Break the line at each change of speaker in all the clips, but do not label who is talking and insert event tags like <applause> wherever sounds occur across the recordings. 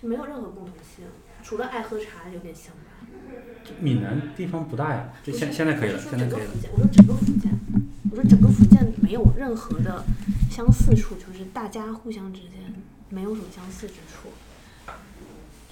就没有任何共同性，除了爱喝茶有点像吧。
这闽南地方不大呀，这现现在可以了，
我说
现在
整个
可以了
福。建，我说整个福建，我说整个福建没有任何的相似处，就是大家互相之间没有什么相似之处，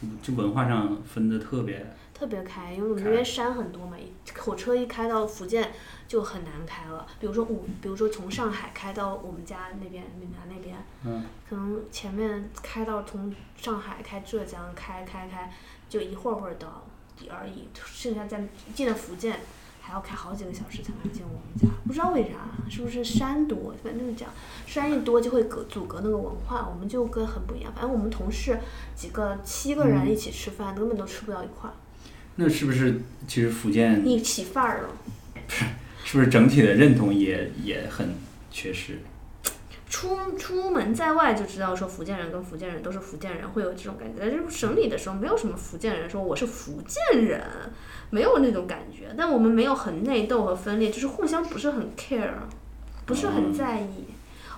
就就文化上分的特别，
特别开，因为我们那边山很多嘛，一火车一开到福建就很难开了。比如说我，比如说从上海开到我们家那边闽南那边，
嗯，
可能前面开到从上海开浙江开开开，就一会儿会儿到而已，剩下在进了福建还要开好几个小时才能进我们家，不知道为啥，是不是山多？反正就是这样，山一多就会隔阻隔那个文化，我们就跟很不一样。反正我们同事几个七个人一起吃饭，根本都吃不到一块儿，
那是不是其实福建
一起饭儿了。
是不是整体的认同也也很缺失？
出出门在外就知道说福建人跟福建人都是福建人，会有这种感觉。但是省里的时候，没有什么福建人说我是福建人，没有那种感觉。但我们没有很内斗和分裂，就是互相不是很 care，不是很在意。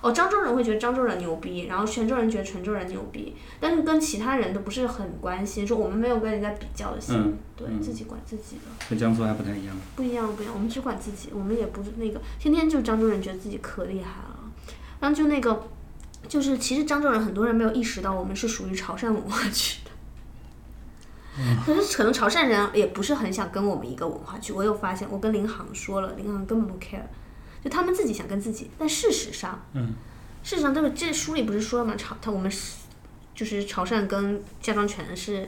哦，漳州人会觉得漳州人牛逼，然后泉州人觉得泉州人牛逼，但是跟其他人都不是很关心，说我们没有跟人家比较的心，
嗯，
对、
嗯
自己管自己的，
和江苏还不太一样。
不一样不一样，我们只管自己，我们也不是那个，天天就漳州人觉得自己可厉害了，然后就那个，就是其实漳州人很多人没有意识到我们是属于潮汕文化区的，可是可能潮汕人也不是很想跟我们一个文化区。我有发现，我跟林航说了，林航根本不 care，就他们自己想跟自己，但事实上，
嗯，
事实上这个这书里不是说了吗？潮他我们是就是潮汕跟家庄泉是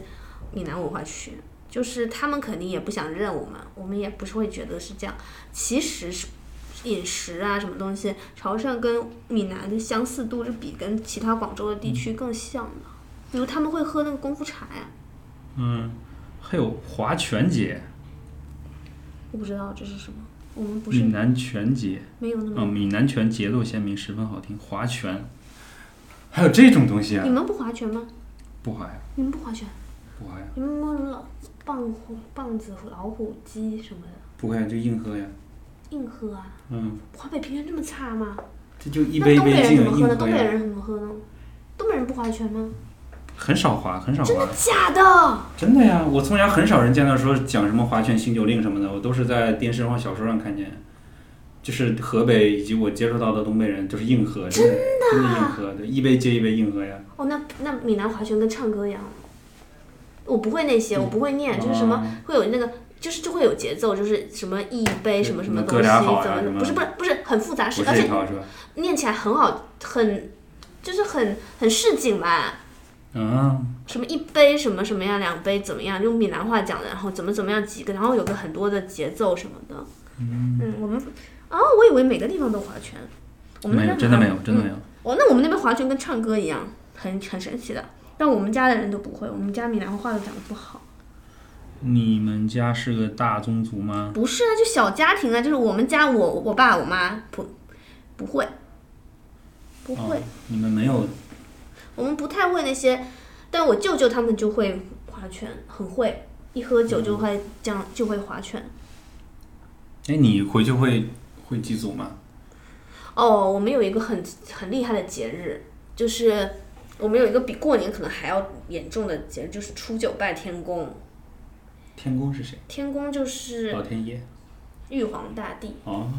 闽南文化区。就是他们肯定也不想认我们，我们也不是会觉得是这样。其实是饮食啊，什么东西，潮汕跟闽南的相似度是比跟其他广州的地区更像的。比如他们会喝那个功夫茶呀，
嗯，还有划拳节，
我不知道这是什么，我们不是
闽南拳节
没有那
啊，
么。
闽南拳节奏鲜明，十分好听。划拳，还有这种东西啊
你？们不划拳吗？
不划呀，
你们不划拳？
不划呀，
你们摸什么老棒虎、棒子、老虎、鸡什么的，
不划啊呀，就硬喝呀。
硬喝啊？
嗯，
华北平原这么差吗？
这就一
那
杯一
东北
杯啊
人怎
敬
么喝呢？东
硬喝
北
呀。
人怎么喝呢？东北人不划拳吗？
很少划，很少
真
划
的。假的？
真的呀，我从小很少人见到说讲什么划拳、醒酒令什么的，我都是在电视上、小说上看见。就是河北以及我接触到的东北人，就是硬喝，真的真
啊
的硬喝，对，一杯接一杯硬喝呀。
哦，那那闽南划拳跟唱歌一样，我不会那些，我不会念，就是什么
嗯
会有那个，就是就会有节奏，就是什么一杯
对
什么
什
什
么
么
哥
东西，
俩好呀啊
怎
什么
么不是不是不是很复杂，
不
啊是
是
而
这
且
套是吧？
念起来很好，很就是很很市井吧。
嗯，
什么一杯什么什么样，两杯怎么样，用闽南话讲的，然后怎么怎么样几个，然后有个很多的节奏什么的。嗯我们哦，我以为每个地方都划拳，我们那
没有，
边
真的
好
没
像
有，真的没有。
哦，那我们那边划拳跟唱歌一样，很很神奇的。但我们家的人都不会，我们家闽南话都讲的不好。嗯
你们家是个大宗族吗？
不是啊，就小家庭啊，就是我们家我我爸我妈不不会，不会，
哦你们没有
我们不太会那些。但我舅舅他们就会划拳，很会，一喝酒就会这样、就会划拳。
哎，你回去会会祭祖吗？
哦，我们有一个很很厉害的节日，就是我们有一个比过年可能还要严重的节日，就是初九拜天公。
天公是谁？
天公就是
老天爷。
玉皇大帝。
哦，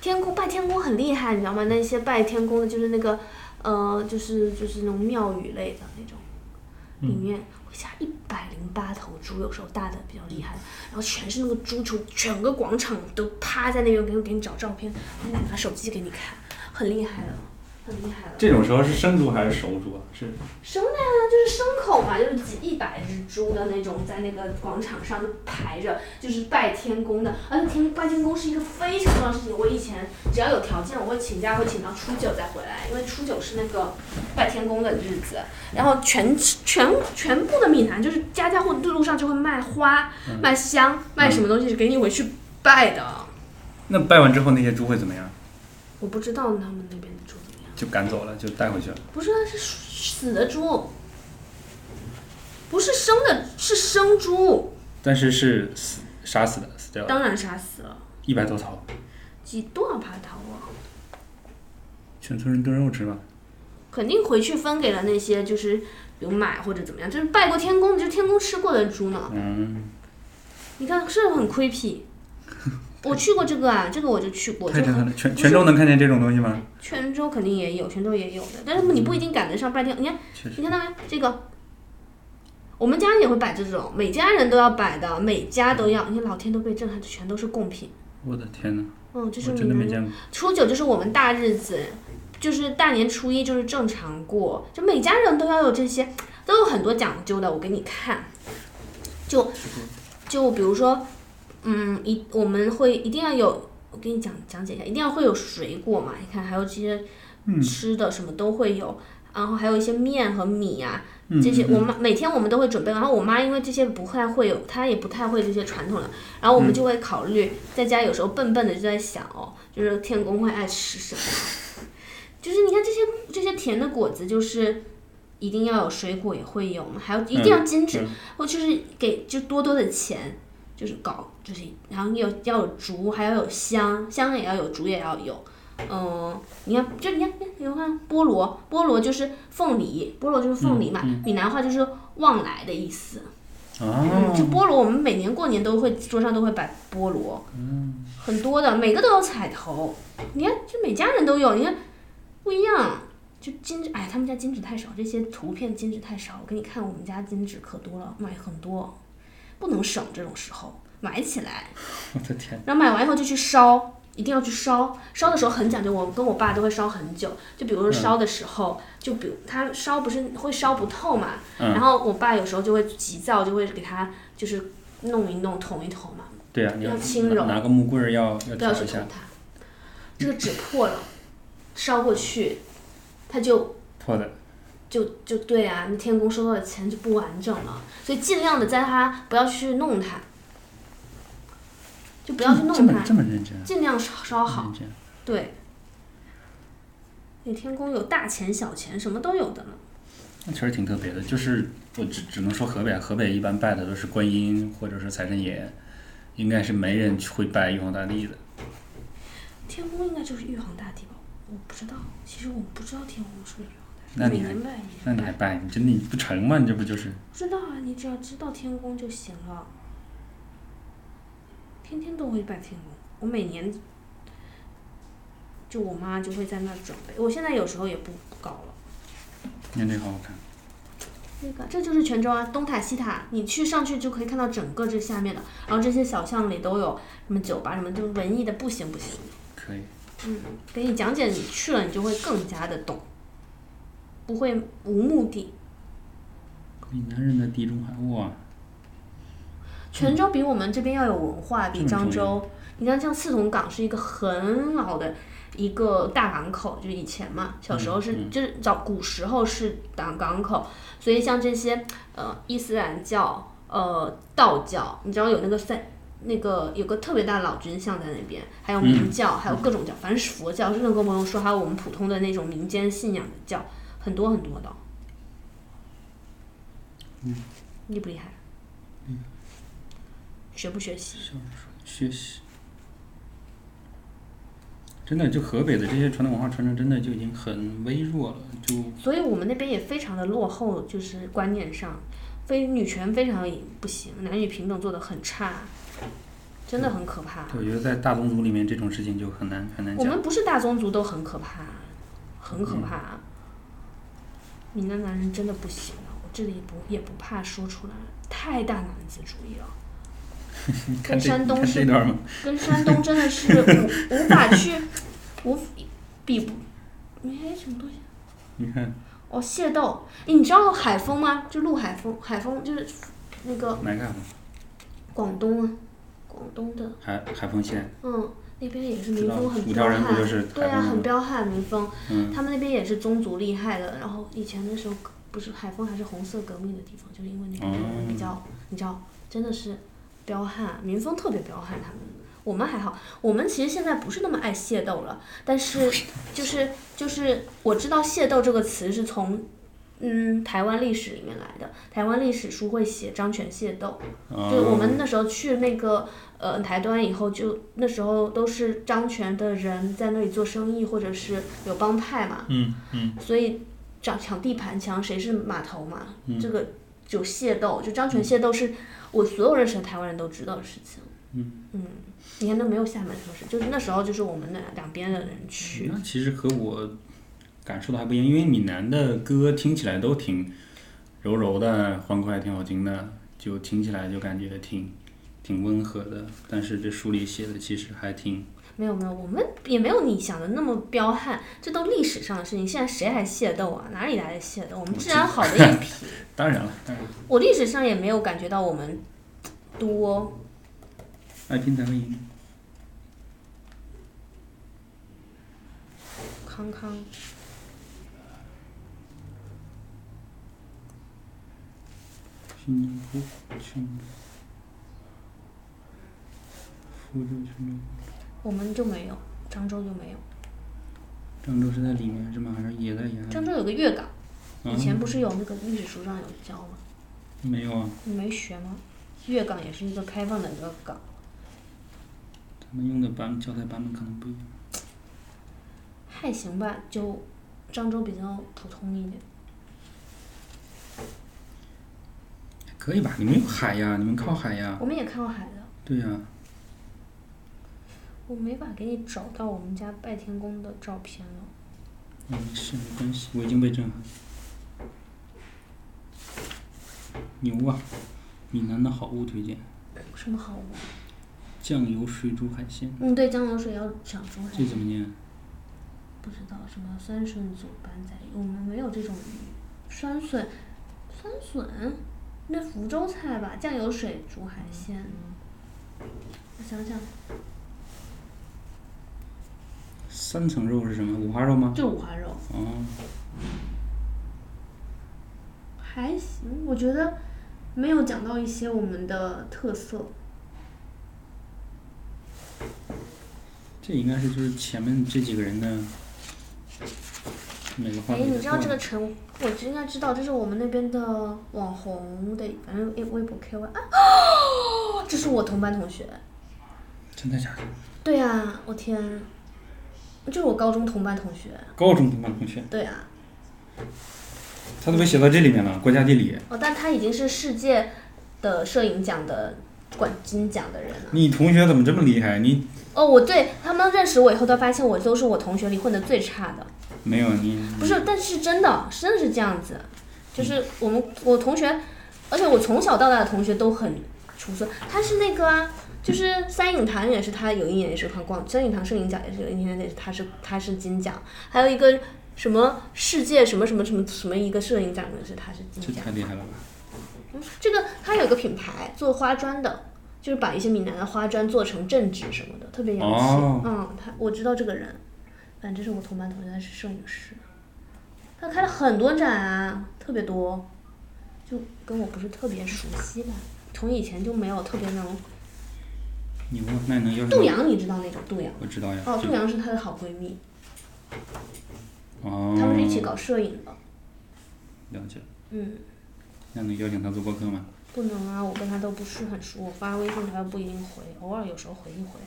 天宫拜天宫很厉害，你知道吗？那些拜天宫的，就是那个，呃，就是就是那种庙宇类的那种，里面会下一百零八头猪，有时候大的比较厉害，然后全是那个猪球，整个广场都趴在那边给你给你找照片，然后拿手机给你看，很厉害了，很厉害了。
这种时候是生猪还是熟猪啊？是
生的呀，就是牲口嘛，就是几一百只猪的那种，在那个广场上就排着，就是拜天公的。而且天拜天公是一个非常重要的事情。我以前只要有条件，我会请假，会请到初九再回来，因为初九是那个拜天公的日子。然后全全全部的闽南，就是家家户户路上就会卖花、卖香、卖什么东西，是给你回去拜的。
那拜完之后那些猪会怎么样？
我不知道他们那边的猪怎么样，
就赶走了，就带回去了。
不是啊是死的猪，不是生的，是生猪。
但是是死杀死的，死掉了，
当然杀死了，
一百多头，
几多少爬逃啊？
全村人炖肉吃吧。
肯定回去分给了那些就是比如买或者怎么样，就是拜过天公，就是天公吃过的猪呢。
嗯，
你看是不是很
<laughs>
creepy？我去过这个啊，这个我就去过，就
太震
很
撼了！泉泉州能看见这种东西吗？
泉州肯定也有，泉州也有的，但是你不一定赶得上拜天。你看，
确实，
你看到没？这个，我们家也会摆这种，每家人都要摆的，每家都要。你看老天都被震撼，这全都是贡品。
我的天哪，
嗯，这是
我
闽
真的
南人
没见过。
初九就是我们大日子，就是大年初一就是正常过，就每家人都要有这些，都有很多讲究的。我给你看，就就比如说，嗯，一我们会一定要有，我给你讲讲解一下，一定要会有水果嘛，你看还有这些
嗯
吃的什么都会有。然后还有一些面和米啊，
嗯，
这些
嗯
我妈每天我们都会准备。然后我妈因为这些不太会有，她也不太会这些传统的，然后我们就会考虑，在家有时候笨笨的就在想哦，就是天公会爱吃什么？就是你看这些这些甜的果子，就是一定要有水果也会有嘛，还有一定要精致，
嗯
或就是给就多多的钱，就是搞就是，然后有要有竹，还要有香，香也要有，竹也要有。嗯，你看，就你看，你看菠萝，菠萝就是凤梨，菠萝就是凤梨嘛，闽南话就是旺来的意思。嗯，
啊，
就菠萝，我们每年过年都会桌上都会摆菠萝，很多的，每个都有彩头。你看，就每家人都有，你看不一样。就金纸，哎，他们家金纸太少，这些图片金纸太少。我给你看，我们家金纸可多了，买很多，不能省这种时候，买起来。
我的天，
然后买完以后就去烧，一定要去烧。烧的时候很讲究，我跟我爸都会烧很久。就比如
嗯
说烧的时候，就比如他烧不是会烧不透嘛，
嗯
然后我爸有时候就会急躁，就会给他就是弄一弄、捅一捅嘛，
对啊，你
要轻柔
拿拿个木棍儿要要
不要
挑
去捅
一下，
它。这个纸破了，烧过去，他就
破的，
就就对啊，那天宫收到的钱就不完整了，所以尽量的在他不要去弄它，就不要去
这
弄
么
它，
这么认真啊，
尽量烧烧好。
认真。
对，那天宫有大钱小钱，什么都有的呢。
那确实挺特别的，就是我只只能说河北，啊河北一般拜的都是观音或者是财神爷，应该是没人去会拜玉皇大帝的。
天宫应该就是玉皇大帝吧？我不知道，其实我不知道天宫是不是玉皇
那
大帝，
你
每
还
年拜
那
一
你
年
还
拜，
拜？你这你不成吗？你这不就是？
不知道啊，你只要知道天宫就行了。天天都会拜天宫，我每年就我妈就会在那儿准备，我现在有时候也不不搞了。
你看这个好好看，
那个，这就是泉州啊，东塔西塔，你去上去就可以看到整个这下面的，然后这些小巷里都有什么酒吧，什么就是文艺的不行不行。
可以。
给你讲解，你去了你就会更加的懂，不会无目的。
闽南人的地中海，哇，
泉州比我们这边要有文化，比
这么
漳
重要
州，你看像四通港是一个很老的一个大港口，就以前嘛，小时候
嗯
是、就是早古时候是港港口，所以像这些呃伊斯兰教、呃道教，你知道有那个三。那个有个特别大的老君像在那边，还有明
嗯
教，还有各种教，反正是佛教，真的跟朋友说，还有我们普通的那种民间信仰的教，很多很多的。
嗯
厉不厉害？学不学习？
学习。真的，就河北的这些传统文化传承，真的就已经很微弱了。就
所以我们那边也非常的落后，就是观念上，非女权非常不行，男女平等做的很差，真的很可怕。
我觉得在大宗族里面，这种事情就很难很难
我
讲。嗯
们不是大宗族都很可怕，很可怕。闽南男人真的不行了，我这里不也不怕说出来，太大男子主义了。
<laughs> 你看这
山
你
东
看
是
这段吗？
跟山东真的是
<laughs>
无无法去无比不，哎，什么东西？
你看
哦，械斗，哎你知道海风吗？就陆海风，海风就是那个
哪个海风
广东啊，广东的，
海海丰县？
嗯，那边也是
知
民
道
风很
五
彪
条人不
悍，
就是
对
海
啊，
丰
很
吗
彪悍民风，
嗯
他们那边也是宗族厉害的。然后以前的时候，不是海丰还是红色革命的地方，就是因为那边的人比较，
哦
你知道，真的是彪悍，民风特别彪悍，他们。我们还好，我们其实现在不是那么爱械斗了，但是就是就是我知道械斗这个词是从嗯台湾历史里面来的，台湾历史书会写张全械斗，就是我们那时候去那个呃台端以后就，那时候都是张全的人在那里做生意，或者是有帮派嘛，
嗯嗯，
所以抢抢地盘，抢谁是码头嘛，
嗯
这个有械斗，就漳泉械斗是我所有认识的台湾人都知道的事情。
嗯
你看都没有厦门什么事，就是那时候就是我们那两边的人去，
嗯那其实和我感受的还不一样，因为闽南的歌听起来都挺柔柔的、欢快、挺好听的，就听起来就感觉挺挺温和的。但是这书里写的其实还挺
没有没有，我们也没有你想的那么彪悍，这都历史上的事情，现在谁还械斗啊？哪里来的械斗？我们治安好的一批，
当然了，当然了
我历史上也没有感觉到我们多。
爱拼才会赢。
康康，
幸福群福州群众，
我们就没有，漳州就没有，
郑州是在里面是吗？还是也在沿
漳
岸？
州有个粤港，以前
啊，
不是有那个历史书上有教吗？
没有啊，
你没学吗？粤港也是一个开放的一个港，
他们用的版教材版本可能不一样。
还行吧，就漳州比较普通一点。
可以吧？你们有海呀，你们靠海呀。
我们也靠海的，
对呀、
我没法给你找到我们家拜天宫的照片了。
没事，没关系，我已经被震撼。牛啊！闽南的好物推荐：
什么好物？
酱油水煮海鲜，
嗯，对，江流水要讲中海
这，怎么念？
不知道什么酸笋煮板仔鱼，我们没有这种鱼。酸笋，酸笋，那福州菜吧，酱油水煮海鲜。我想想，
三层肉是什么？五花肉吗？
就五花肉
哦，
还行，我觉得没有讲到一些我们的特色。
这应该是就是前面这几个人的每个话
哎，
题
你
的
知道
段
这
落。
个陈，我就应该知道，这是我们那边的网红的，反正微微博 KY 啊，哦这是我同班同学。
真的假的？
对啊，我天，这是我高中同班同学。
高中同班同学，
对啊，
他都被写到这里面了，国家地理。
哦，但他已经是世界的摄影奖的冠军奖的人了。
你同学怎么这么厉害？你
哦，我对他们认识我以后，都发现我都是我同学里混的最差的。
没有你
不是，但是真的，真的是这样子，就是我们我同学，而且我从小到大的同学都很出色。他是那个啊，就是三影堂也是他有一年也是他冠，三影堂摄影奖也是有一年也是他是他是金奖，还有一个什么世界什么什么什么什么一个摄影奖也是他是金
这
奖。
太厉害了吧？
这个它有一个品牌做花砖的，就是把一些闽南的花砖做成镇纸什么的，特别洋气。
哦
嗯，他我知道这个人，反正这是我同班同学，他是摄影师，他开了很多展啊，特别多，就跟我不是特别熟悉吧。从以前就没有特别那种
牛啊！那你能要什
杜
么？
洋，你知道那种杜洋？
我知哎道呀。
哦，
这
杜洋是她的好闺蜜，
哦。
她们是一起搞摄影的。
了解。
嗯，
那能邀请他做播客吗？
不能啊，我跟她都不是很熟，我发微信她又不一定回，偶尔有时候回一回。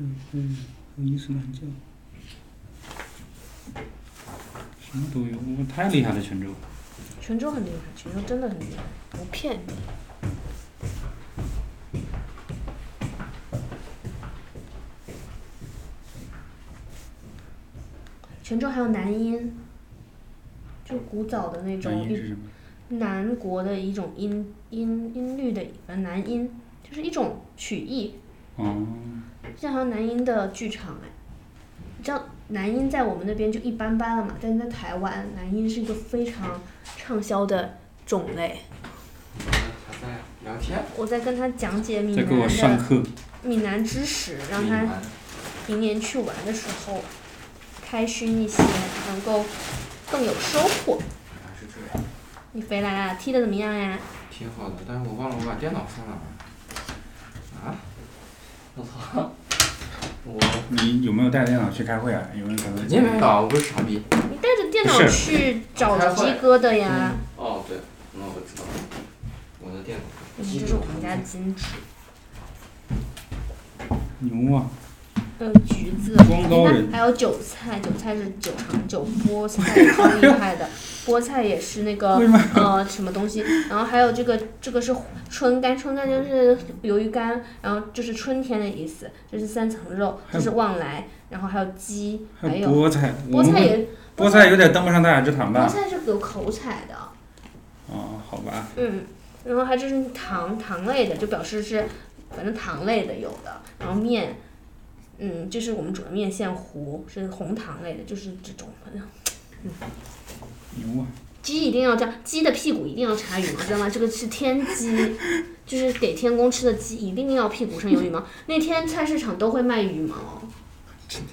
嗯嗯，有意思难叫。什么都有，我太厉害了，泉州。
泉州很厉害，泉州真的很厉害，不骗你。泉州还有南音，就古早的那
南
种
音是什么？
南国的一种音音音律的，反正南音就是一种曲艺。
哦，
现在还有南音的剧场哎，你知道南音在我们那边就一般般了嘛，但是在台湾，南音是一个非常畅销的种类。
他在聊天，
我在跟他讲解闽
在给我上
南嗯的
课。
闽南知识，让
你
他
们
明年去玩的时候开心一些，能够更有收获。
还是这样，
你回来啊了，踢得怎么样呀？
挺好的。但是我忘了我把电脑放哪儿了。啊？我操！我
你有没有带电脑去开会啊？有没有可能？
肯定没搞，我不是傻逼。
你带着电脑
不是
去找
开会
鸡哥的呀？
哦，对，那我知道了。我的电脑。
嗯，这是我们家金主。
牛啊！
呃橘子，
光高人
还有韭菜，韭菜是九行九，菠菜也超厉害的，菠菜也是那个
为什么
呃什么东西，然后还有这个这个是春干，春干就是鱿鱼干，然后就是春天的意思，这是三层肉，这
还有
是旺来，然后还有鸡，还
还有
有
菠菜，我
菠
们
菜也
菠菜有点登不上大雅之堂
菠
吧？
菜是有口彩的，
哦，好吧，
嗯，然后还这是糖糖类的，就表示是反正糖类的有的，然后面，嗯，这是我们煮的面线糊，是红糖类的，就是这种反正。
牛啊！
鸡一定要这样，鸡的屁股一定要插羽毛，知道吗？这个是天鸡， <laughs> 就是给天宫吃的鸡，一定要屁股上有羽毛。那天菜市场都会卖羽毛，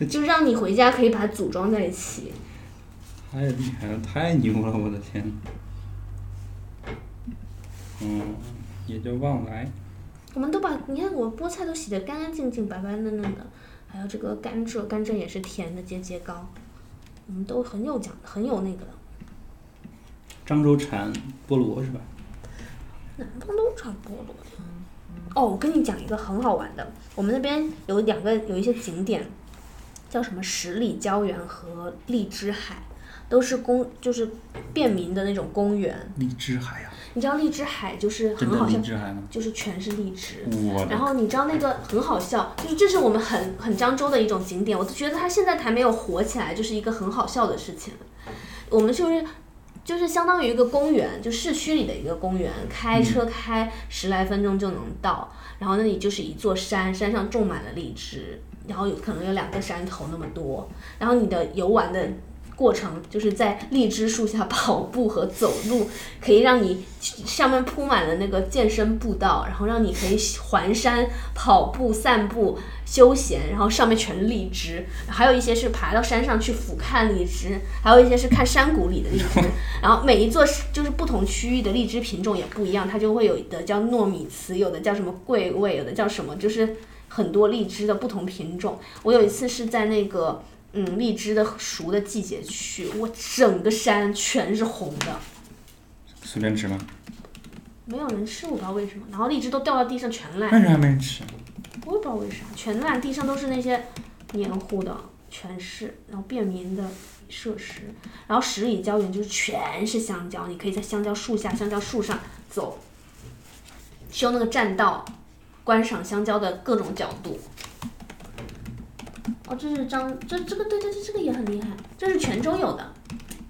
就让你回家可以把它组装在一起。
太厉害了，哎太牛了，我的天！嗯，也就旺来，
我们都把你看我菠菜都洗得干干净净、白白嫩嫩的，还有这个甘蔗，甘蔗也是甜的，节节高。我们都很有讲，很有那个的，
漳州产菠萝是吧？
南方都差不多的。哦，我跟你讲一个很好玩的，我们那边有两个有一些景点，叫什么十里胶原和荔枝海，都是公就是便民的那种公园。
荔枝海呀、
你知道荔枝海就是
真
很
的
好
荔
笑，
枝海吗？
就是全是荔枝。
我
然
的，
后你知道那个很好笑，就是这是我们很很漳州的一种景点，我都觉得它现在还没有火起来，就是一个很好笑的事情。我们就是就是相当于一个公园，就市区里的一个公园，开车开十来分钟就能到。然后那里就是一座山，山上种满了荔枝，然后有可能有两个山头那么多。然后你的游玩的过程就是在荔枝树下跑步和走路，可以让你上面铺满了那个健身步道，然后让你可以环山跑步、散步、休闲，然后上面全是荔枝，还有一些是爬到山上去俯瞰荔枝，还有一些是看山谷里的荔枝， <laughs> 然后每一座是就是不同区域的荔枝品种也不一样，它就会有的叫糯米糍，有的叫什么桂味，有的叫什么，就是很多荔枝的不同品种。我有一次是在那个嗯荔枝的熟的季节去，我整个山全是红的。
随便吃吗？
嗯没有人吃，我不知道为什么。然后荔枝都掉到地上全烂，
为啥没人吃？
我也不知道为啥全烂，地上都是那些黏糊的，全是，然后便民的设施。然后十里胶原就是全是香蕉，你可以在香蕉树下、香蕉树上走，修那个栈道，观赏香蕉的各种角度。哦，这是张，这这个对对对，这个也很厉害，这是泉州有的，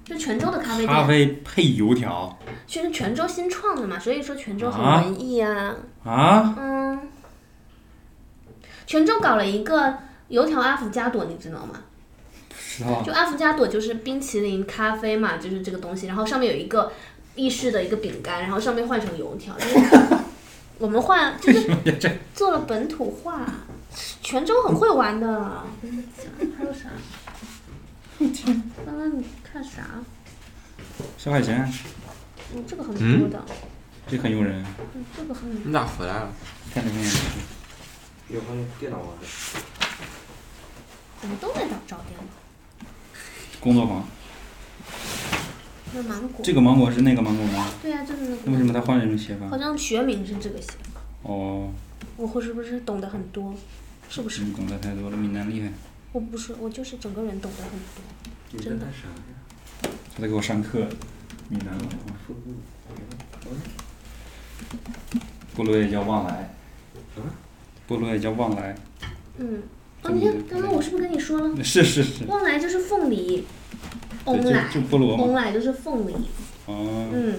这是泉州的咖啡店。
咖啡配油条
其实泉州新创的嘛，所以说泉州很
啊
文艺啊。
啊？
嗯，泉州搞了一个油条阿芙加朵，你知道吗？
不知道，
就阿芙加朵就是冰淇淋咖啡嘛，就是这个东西，然后上面有一个意式的一个饼干，然后上面换成油条。就是我们换就是做了本土化，泉州很会玩的。还有啥？刚刚你看啥？
小海鲜，
嗯，这个很多的，
这很诱人，
嗯，这个很
你咋回来了？
看着看着。
有空电脑玩。
我们都在找找电脑。
工作坊，
还有芒果。
这个芒果是那个芒果吗？
对啊，就是
那
那个
为什。么它换了一种写法
好？像学名是这个写。
哦，
我会是不是懂得很多？是不是？
你懂得太多了，闽南厉害，
我不是，我就是整个人懂得很多。
你
真的
干啥呀？
他在给我上课，闽南文化。
说不
菠萝也叫旺来，
嗯
菠萝也叫旺来，
嗯，哦，你看刚刚我是不是跟你说了？
<laughs> 是是是，
旺来就是凤梨，
对，
翁
就
来
就，菠萝
翁
嘛。
来就是凤梨。
哦，
嗯，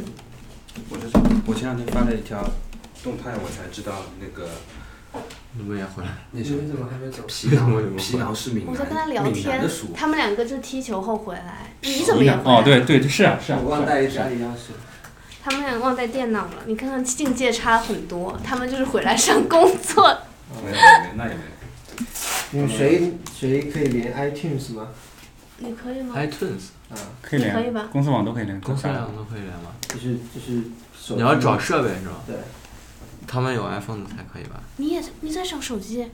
我这我前两天发了一条动态，我才知道那个
你们也回来了？
那什么
么还没走？
皮囊，皮
嗯
囊是闽
我在跟他
南
聊
闽南
天
的书，，
他们两个就是踢球后回来。你怎么也回来？
哦，对对，是啊是啊
我，忘带家里钥匙。
他们俩忘带电脑了。你看看境界差很多，他们就是回来上工作。
没有
啊
没有，那也没有。
你们谁谁可以连 iTunes 吗？
你可以吗？
iTunes
啊，
可以连，
可以吧
公司网都可以连，
公司
啥的
两个会员吗？
就是就是手机
你要找设备是吧？
对。
他们有 iPhone 的才可以吧？
你也你在找手机？